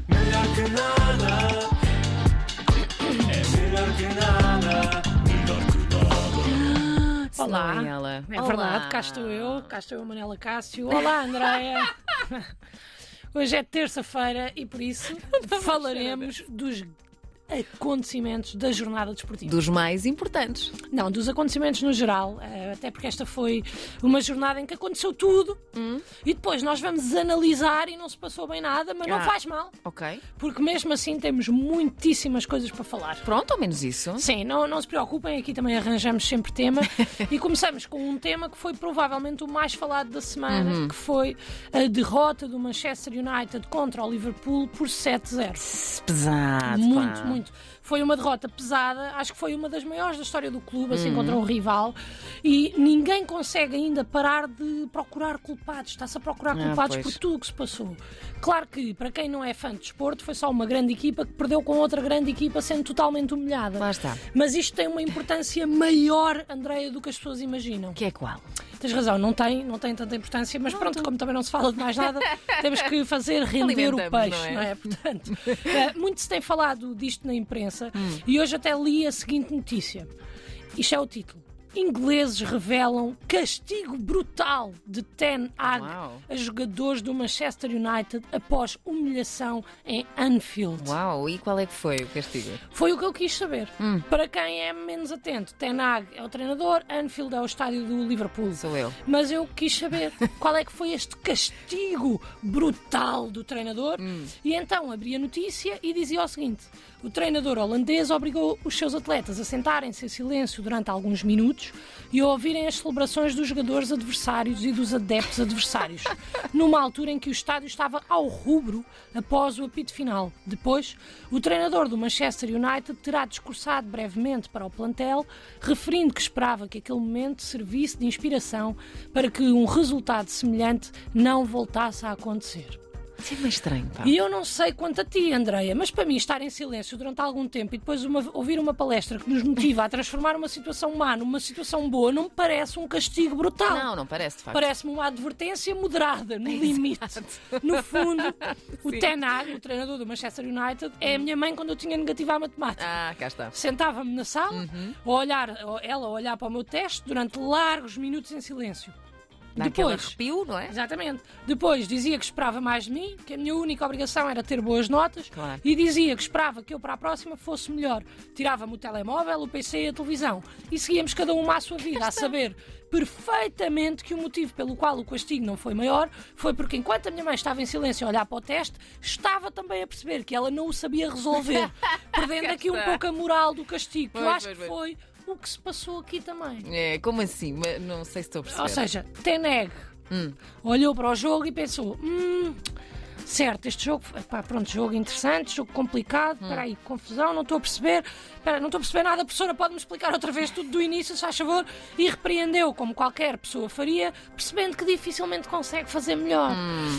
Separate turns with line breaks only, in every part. que nada. É melhor que nada.
Olá.
Não é ela.
É
Olá.
verdade, cá estou eu, cá estou eu, Manela Cássio. Olá, Andréia. Hoje é terça-feira e por isso falaremos dos acontecimentos da jornada desportiva.
Dos mais importantes.
Não, dos acontecimentos no geral, eh, até porque esta foi uma jornada em que aconteceu tudo
Hum?
e depois nós vamos analisar e não se passou bem nada, mas
Ah.
não faz mal,
Ok.
porque mesmo assim temos muitíssimas coisas para falar.
Pronto, ao menos isso.
Sim, não, não se preocupem, aqui também arranjamos sempre tema. e começamos com um tema que foi provavelmente o mais falado da semana,
Uhum.
que foi a derrota do Manchester United contra o Liverpool por 7-0.
Pesado. pá.
Muito, muito. Foi uma derrota pesada, acho que foi uma das maiores da história do clube, assim,
Uhum.
contra um rival. E ninguém consegue ainda parar de procurar culpados. Está-se a procurar
Ah,
culpados
pois.
por tudo o que se passou. Claro que, para quem não é fã de desporto, foi só uma grande equipa que perdeu com outra grande equipa sendo totalmente humilhada.
Lá está.
Mas isto tem uma importância maior, Andreia, do que as pessoas imaginam.
Que é qual?
Tens razão, não tem, não tem tanta importância, mas pronto, como também não se fala de mais nada, temos que fazer render o
Alimentamos,
peixe,
não é?
não é? Portanto, eh, muito se tem falado disto na imprensa
Hum.
e hoje até li a seguinte notícia. Isto é o título. Ingleses revelam castigo brutal de Ten Hag
Uau.
a jogadores do Manchester United após humilhação em Anfield.
Uau, e qual é que foi o castigo?
Foi o que eu quis saber. Para quem é menos atento, Ten Hag é o treinador, Anfield é o estádio do Liverpool.
Sou eu.
Mas eu quis saber qual é que foi este castigo brutal do treinador. E então abri a notícia e dizia o seguinte: o treinador holandês obrigou os seus atletas a sentarem-se em silêncio durante alguns minutos e a ouvirem as celebrações dos jogadores adversários e dos adeptos adversários, numa altura em que o estádio estava ao rubro após o apito final. Depois, o treinador do Manchester United terá discursado brevemente para o plantel, referindo que esperava que aquele momento servisse de inspiração para que um resultado semelhante não voltasse a acontecer.
Isso é mais estranho, pá.
E eu não sei quanto a ti, Andreia, mas para mim estar em silêncio durante algum tempo e depois uma- ouvir uma palestra que nos motiva a transformar uma situação má numa situação boa não me parece um castigo brutal.
Não, não parece, de facto.
Parece-me uma advertência moderada, no limite. No fundo, o Ten Hag, o treinador do Manchester United, é a minha mãe quando eu tinha negativa à matemática.
Ah, cá está.
Sentava-me na sala, a olhar, a- ela a olhar para o meu teste durante largos minutos em silêncio.
Dá aquele
Depois,
arrepio, não é?
Exatamente. Depois dizia que esperava mais de mim, que a minha única obrigação era ter boas notas
Claro.
e dizia que esperava que eu para a próxima fosse melhor. Tirava-me o telemóvel, o PC e a televisão e seguíamos cada uma à sua vida, a saber perfeitamente que o motivo pelo qual o castigo não foi maior foi porque enquanto a minha mãe estava em silêncio a olhar para o teste, estava também a perceber que ela não o sabia resolver, perdendo aqui um
está.
pouco a moral do castigo, que eu
Pois,
acho
pois,
que foi o que se passou aqui também.
É, como assim? Mas Não sei se estou a perceber.
Ou seja, Teneg olhou para o jogo e pensou: hum, certo, este jogo, pá, pronto, jogo interessante, jogo complicado, peraí, confusão, não estou a perceber, pera, não estou a perceber nada, a professora pode-me explicar outra vez tudo do início, se faz favor, e repreendeu, como qualquer pessoa faria, percebendo que dificilmente consegue fazer melhor.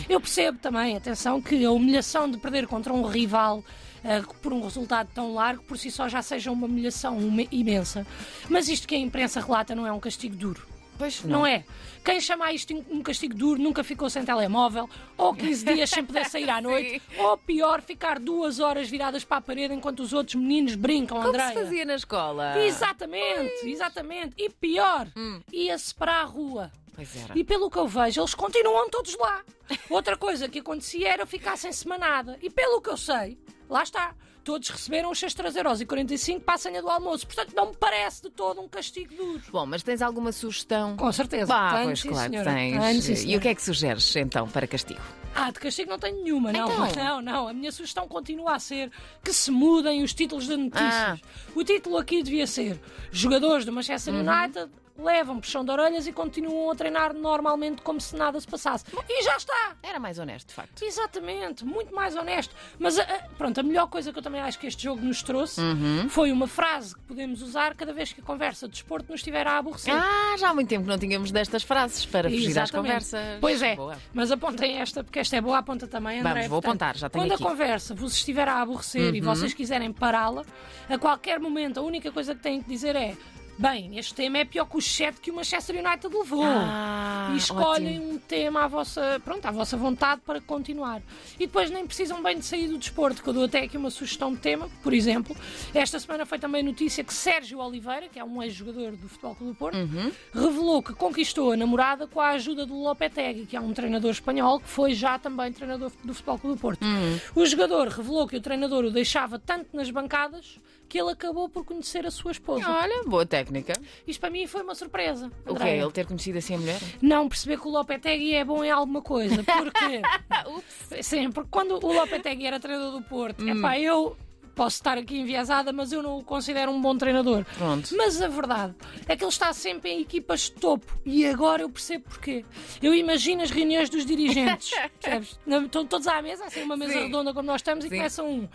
Eu percebo também, atenção, que a humilhação de perder contra um rival. eh, por um resultado tão largo, por si só já seja uma humilhação uma- imensa. Mas isto que a imprensa relata não é um castigo duro.
pois
Não. é? Quem chama isto um castigo duro nunca ficou sem telemóvel, ou 15 dias sem poder sair à noite, ou pior, ficar duas horas viradas para a parede enquanto os outros meninos brincam,
Como
Andréia.
se fazia na escola?
Exatamente, exatamente. E pior,
Hum.
ia-se para a rua.
Pois era.
E pelo que eu vejo, eles continuam todos lá. Outra coisa que acontecia era ficar sem semanada. E pelo que eu sei, lá está. Todos receberam os seus 3,45€ para a senha do almoço. Portanto, não me parece de todo um castigo duro.
Bom, mas tens alguma sugestão?
Com certeza.
Bah,
Tenho,
pois
sim,
claro, que
senhora.
tens.
Tenho, sim,
e o
senhora.
que é que sugeres então para castigo?
Ah, de castigo não tenho nenhuma, não.
Então?
Não, não. A minha sugestão continua a ser que se mudem os títulos de notícias.
Ah.
O título aqui devia ser Jogadores do Manchester
Uhum.
United levam puxão de orelhas e continuam a treinar normalmente como se nada se passasse. E já está!
Era mais honesto, de facto.
Exatamente, muito mais honesto. Mas a, a- pronto, a melhor coisa que eu também acho que este jogo nos trouxe
Uhum.
foi uma frase que podemos usar cada vez que a conversa de desporto nos estiver a aborrecer.
Ah, já há muito tempo que não tínhamos destas frases para fugir às
Exatamente.
conversas.
Pois é,
Boa.
mas apontem esta, porque esta é boa, aponta também, André.
Vamos, vou
Portanto,
apontar, já tenho
Quando
aqui. Uhum.
a conversa vos estiver a aborrecer e vocês quiserem pará-la, a qualquer momento a única coisa que têm que dizer é Bem, este tema é pior que o 7 que o Manchester United levou.
Ah,
e escolhem
ótimo.
um tema à vossa, pronto, à vossa vontade para continuar. E depois nem precisam bem de sair do desporto, que eu dou até aqui uma sugestão de tema, por exemplo. Esta semana foi também notícia que Sérgio Oliveira, que é um ex-jogador do Futebol Clube do Porto,
Uhum.
revelou que conquistou a namorada com a ajuda do Lopetegui, que é um treinador espanhol que foi já também treinador do Futebol Clube do Porto.
Uhum.
O jogador revelou que o treinador o deixava tanto nas bancadas que ele acabou por conhecer a sua esposa.
Olha, boa técnica.
Isto para mim foi uma surpresa.
Ah. O que é
Andreia.
ele ter conhecido assim a mulher?
Não perceber que o Lopetegui é bom em alguma coisa, porque
Ah, ups.
sim, porque quando o Lopetegui era treinador do Porto,
Hum.
epá, eu posso estar aqui enviesada, mas eu não o considero um bom treinador.
Pronto.
Mas a verdade é que ele está sempre em equipas de topo e agora eu percebo porquê. Eu imagino as reuniões dos dirigentes, percebes? Não, Estão todos à mesa, assim, uma mesa
Sim.
redonda como nós estamos, e
Sim.
começa um.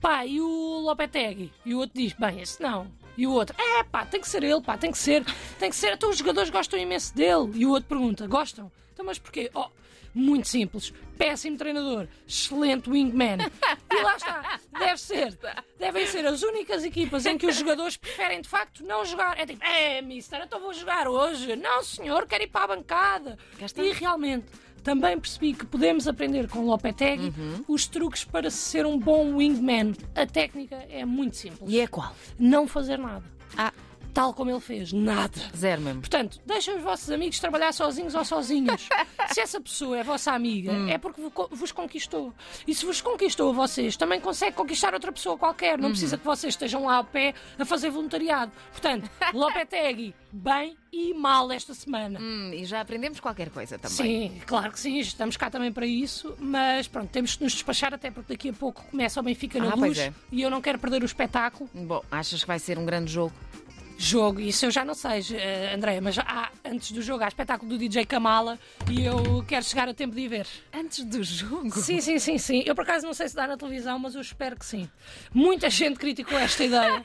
Pá, e o Lopetegui? E o outro diz, bem, esse não. E o outro, é pá, tem que ser ele, pá, tem que ser, tem que ser. Então os jogadores gostam imenso dele. E o outro pergunta, gostam? Então, mas porquê? Oh, muito simples. Péssimo treinador, excelente wingman. E lá está, deve ser. Devem ser as únicas equipas em que os jogadores preferem de facto não jogar. É tipo, é, mister, então vou jogar hoje. Não, senhor, quero ir para a bancada.
Cá está.
E realmente, também percebi que podemos aprender com Lopetegui os truques para ser um bom wingman. A técnica é muito simples.
E é qual?
Não fazer nada.
Ah,
Tal como ele fez, nada.
zero mesmo.
Portanto, deixem os vossos amigos trabalhar sozinhos ou sozinhas. se essa pessoa é vossa amiga, é porque vo- co- vos conquistou. E se vos conquistou a vocês, também consegue conquistar outra pessoa qualquer. Não precisa que vocês estejam lá ao pé a fazer voluntariado. Portanto, Lopetegui, bem e mal esta semana.
Hum, e já aprendemos qualquer coisa também.
Sim, claro que sim, estamos cá também para isso, mas pronto, temos que nos despachar até porque daqui a pouco começa o Benfica na
Ah, pois
luz
é.
e eu não quero perder o espetáculo.
Bom, achas que vai ser um grande jogo?
Jogo, isso eu já não sei, eh, André, mas há- antes do jogo há espetáculo do DJ Kamala e eu quero chegar a tempo de ir ver.
Antes do jogo?
Sim, sim, sim, sim. Eu por acaso não sei se dá na televisão, mas eu espero que sim. Muita gente criticou esta ideia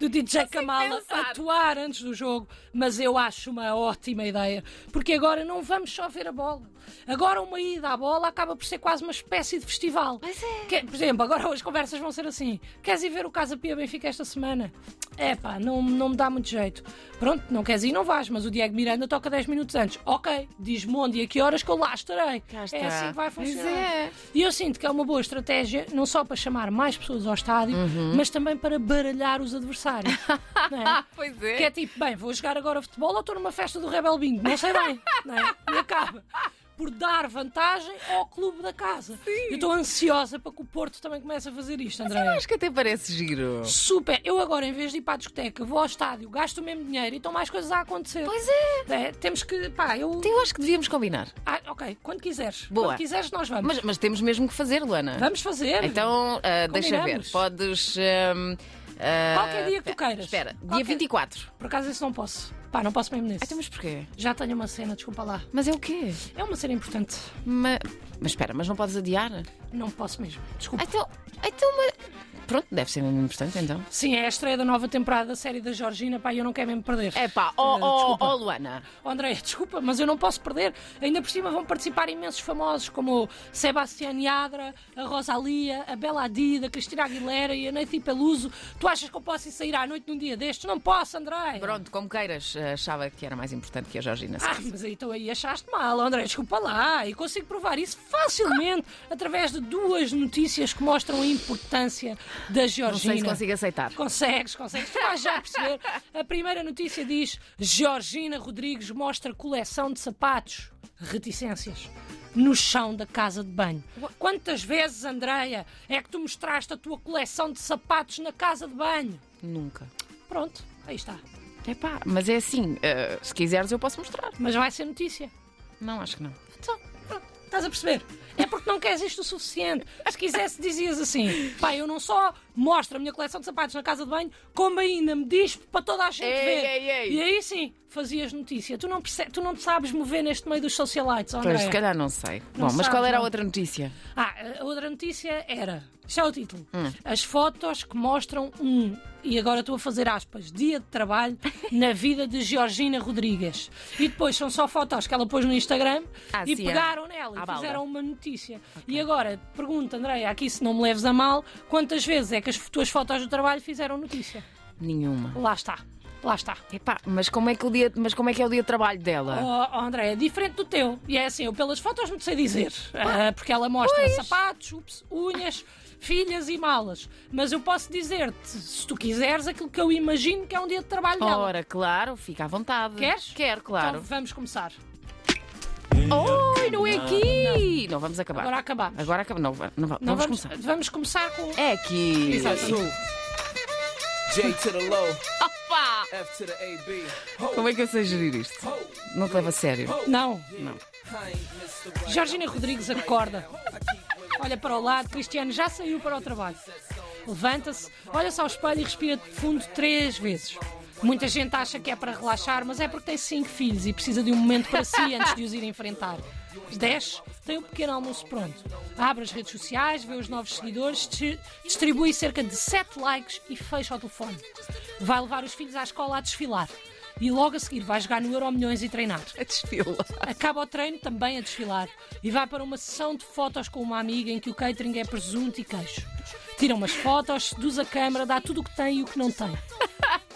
do DJ Kamala
Assim pensar.
atuar antes do jogo, mas eu acho uma ótima ideia, porque agora não vamos só ver a bola. Agora uma ida à bola acaba por ser quase uma espécie de festival.
Pois é.
Que- por exemplo, agora as conversas vão ser assim. Queres ir ver o Casa Pia Benfica esta semana? É pá, não, não me dá muito jeito. Pronto, não queres ir, não vais, mas o Diego Miranda toca 10 minutos antes. Ok, diz-me onde e a que horas que eu lá estarei.
Cá
É
está.
assim que vai
Pois
funcionar.
é.
E eu sinto que é uma boa estratégia, não só para chamar mais pessoas ao estádio, mas também para baralhar os adversários. não é?
Ah, pois é.
Que é tipo, bem, vou jogar agora futebol ou estou numa festa do Rebel Bingo? Não sei bem. não é? E acaba por dar vantagem ao clube da casa. Eu estou ansiosa para que o Porto também comece a fazer isto, André.
é- Acho que até parece giro.
Super! Eu agora, em vez de ir para a discoteca, vou ao estádio, gasto o mesmo dinheiro e estão mais coisas a acontecer.
Pois é.
É, temos que. Pá, eu.
Eu acho que devíamos combinar.
Ah, ok, quando quiseres.
Boa.
Quando quiseres, nós vamos.
Mas, mas temos mesmo que fazer, Luana.
Vamos fazer.
Então, ah, deixa ver.
Combinamos.
Podes. ahm, ah,
Qualquer dia que tu queiras.
Espera, dia
Qualquer-
24.
Por acaso, isso não posso. Pá, não posso mesmo nisso.
Ah, então, mas porquê?
Já tenho uma cena, desculpa lá.
Mas é o quê?
É uma cena importante.
Ma- Mas espera, mas não podes adiar? Ah,
Não posso mesmo. Desculpa.
Então, então mas... pronto, deve ser mesmo importante então.
Sim, é a estreia da nova temporada da série da Georgina. Pá, eu não quero mesmo perder. Eh,
É pá, ó ó,
desculpa.
ó, Luana.
Oh, André, desculpa, mas eu não posso perder. Ainda por cima vão participar imensos famosos como o Sebastián Yadra, a Rosalia, a Bela Hadid, a Cristina Aguilera e a Nancy Peluso. Tu achas que eu posso ir sair à noite num dia destes? Não posso, André.
Pronto, como queiras, eh, achava que era mais importante que a Georgina.
Ah, mas aí, então aí achaste mal, André, desculpa lá. E consigo provar isso facilmente através de duas notícias que mostram a importância da Georgina.
Não sei se consigo aceitar.
Consegues, consegues. Tu vais já perceber. A primeira notícia diz: Georgina Rodrigues mostra coleção de sapatos, reticências, no chão da casa de banho. Quantas vezes, Andreia, é que tu mostraste a tua coleção de sapatos na casa de banho?
Nunca.
Pronto, aí está.
É pá, mas é assim, ah, se quiseres eu posso mostrar.
Mas vai ser notícia.
Não, acho que não.
Então, pronto, estás a perceber? É porque não queres isto o suficiente. Se quisesse, dizias assim: pá, eu não só mostro a minha coleção de sapatos na casa de banho, como ainda me dispo para toda a gente
Ei,
ver.
ei, ei.
E aí sim, fazias notícia. Tu não, perce- tu não te sabes mover neste meio dos socialites, André.
Pois, se calhar não sei.
Não
Bom, mas qual
sabes,
era a
não.
outra notícia?
Ah, a outra notícia era, já é o título,
Hum.
as fotos que mostram um, e agora estou a fazer aspas, dia de trabalho na vida de Georgina Rodrigues. E depois são só fotos que ela pôs no Instagram
Ah,
e
sim,
pegaram nela
à
e
balda.
fizeram uma notícia. E agora, pergunta, Andréia, aqui se não me leves a mal, quantas vezes é que as tuas fotos do trabalho fizeram notícia?
Nenhuma.
Lá está. lá está.
Epá, mas como é que, o dia, mas como é, que é o dia de trabalho dela?
Oh, oh, André, é diferente do teu. E é assim, eu pelas fotos não te sei dizer. ah, porque ela mostra sapatos, ups, unhas, filhas e malas. Mas eu posso dizer-te, se tu quiseres, aquilo que eu imagino que é um dia de trabalho dela.
Ora, claro, fica à vontade.
Queres?
Quero,
Então
claro.
vamos começar.
Oi, não é aqui! Não, vamos acabar.
Agora acabamos.
Agora acaba- Não, va- não va-
Não
vamos, começar.
Vamos começar com.
É aqui.
Exato.
J to the low,
Opa!
F to the AB.
Como é que eu sei gerir isto? Não te leva a sério.
Não. Georgina Rodrigues acorda. Olha para o lado, Cristiano já saiu para o trabalho. Levanta-se, olha-se ao espelho e respira de fundo três vezes. Muita gente acha que é para relaxar, mas é porque tem cinco filhos e precisa de um momento para si antes de os ir enfrentar. Desce, tem um pequeno almoço pronto. Abre as redes sociais, vê os novos seguidores, distri- distribui cerca de sete likes e fecha o telefone. Vai levar os filhos à escola a desfilar. E logo a seguir vai jogar no Euro Milhões e treinar.
A desfila.
Acaba o treino também a desfilar e vai para uma sessão de fotos com uma amiga em que o catering é presunto e queijo. Tira umas fotos, seduz a câmara, dá tudo o que tem e o que não tem.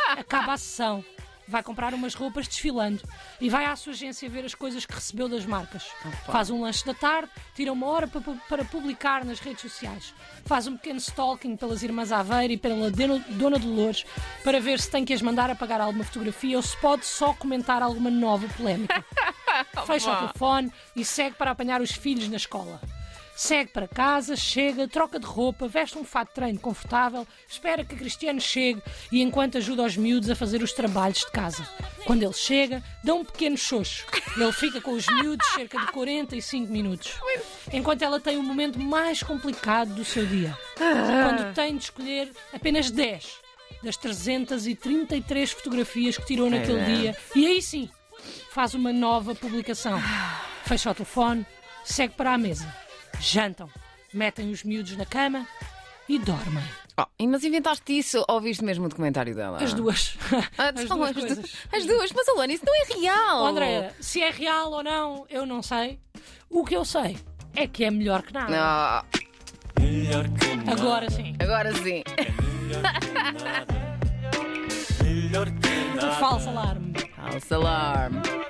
Acaba a sessão, vai comprar umas roupas desfilando e vai à sua agência ver as coisas que recebeu das marcas. Faz um lanche da tarde, tira uma hora pa- pa- para publicar nas redes sociais. Faz um pequeno stalking pelas irmãs Aveiro e pela Deno- Dona Dolores para ver se tem que as mandar apagar alguma fotografia ou se pode só comentar alguma nova polémica. Fecha o telefone e segue para apanhar os filhos na escola. Segue para casa, chega, troca de roupa, veste um fato de treino confortável, espera que Cristiano chegue e enquanto ajuda os miúdos a fazer os trabalhos de casa. Quando ele chega, dá um pequeno xoxo. Ele fica com os miúdos cerca de 45 minutos. Enquanto ela tem o momento mais complicado do seu dia. Quando tem de escolher apenas 10 das 333 fotografias que tirou naquele
Caramba.
dia. E aí sim, faz uma nova publicação. Fecha o telefone, segue para a mesa. Jantam, metem os miúdos na cama e dormem.
Oh, e mas inventaste isso ou viste mesmo o documentário dela?
As duas.
Ah,
As
são
duas
as, du-
coisas.
as duas, mas Alana, isso não é real.
Oh, Andréa, se é real ou não, eu não sei. O que eu sei é que é melhor que nada.
Ah,
Melhor que nada.
Agora sim.
agora sim.
Melhor que nada.
Falso alarme.
House alarme.